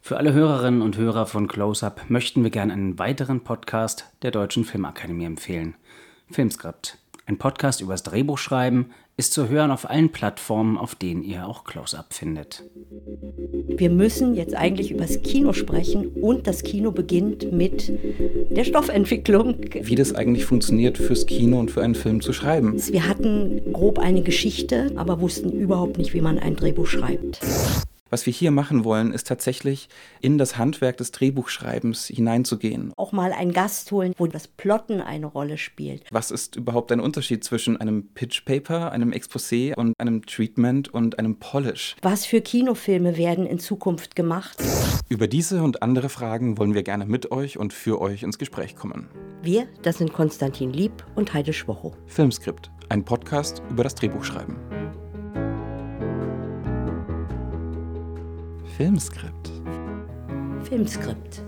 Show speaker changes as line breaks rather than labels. Für alle Hörerinnen und Hörer von Close Up möchten wir gerne einen weiteren Podcast der Deutschen Filmakademie empfehlen. Filmskript. Ein Podcast übers Drehbuchschreiben ist zu hören auf allen Plattformen, auf denen ihr auch Close Up findet.
Wir müssen jetzt eigentlich über das Kino sprechen und das Kino beginnt mit der Stoffentwicklung.
Wie das eigentlich funktioniert, fürs Kino und für einen Film zu schreiben.
Wir hatten grob eine Geschichte, aber wussten überhaupt nicht, wie man ein Drehbuch schreibt.
Was wir hier machen wollen, ist tatsächlich in das Handwerk des Drehbuchschreibens hineinzugehen.
Auch mal einen Gast holen, wo das Plotten eine Rolle spielt.
Was ist überhaupt ein Unterschied zwischen einem Pitch Paper, einem Exposé und einem Treatment und einem Polish?
Was für Kinofilme werden in Zukunft gemacht?
Über diese und andere Fragen wollen wir gerne mit euch und für euch ins Gespräch kommen.
Wir, das sind Konstantin Lieb und Heide Schwocho.
Filmskript, ein Podcast über das Drehbuchschreiben. Filmskript.
Filmskript.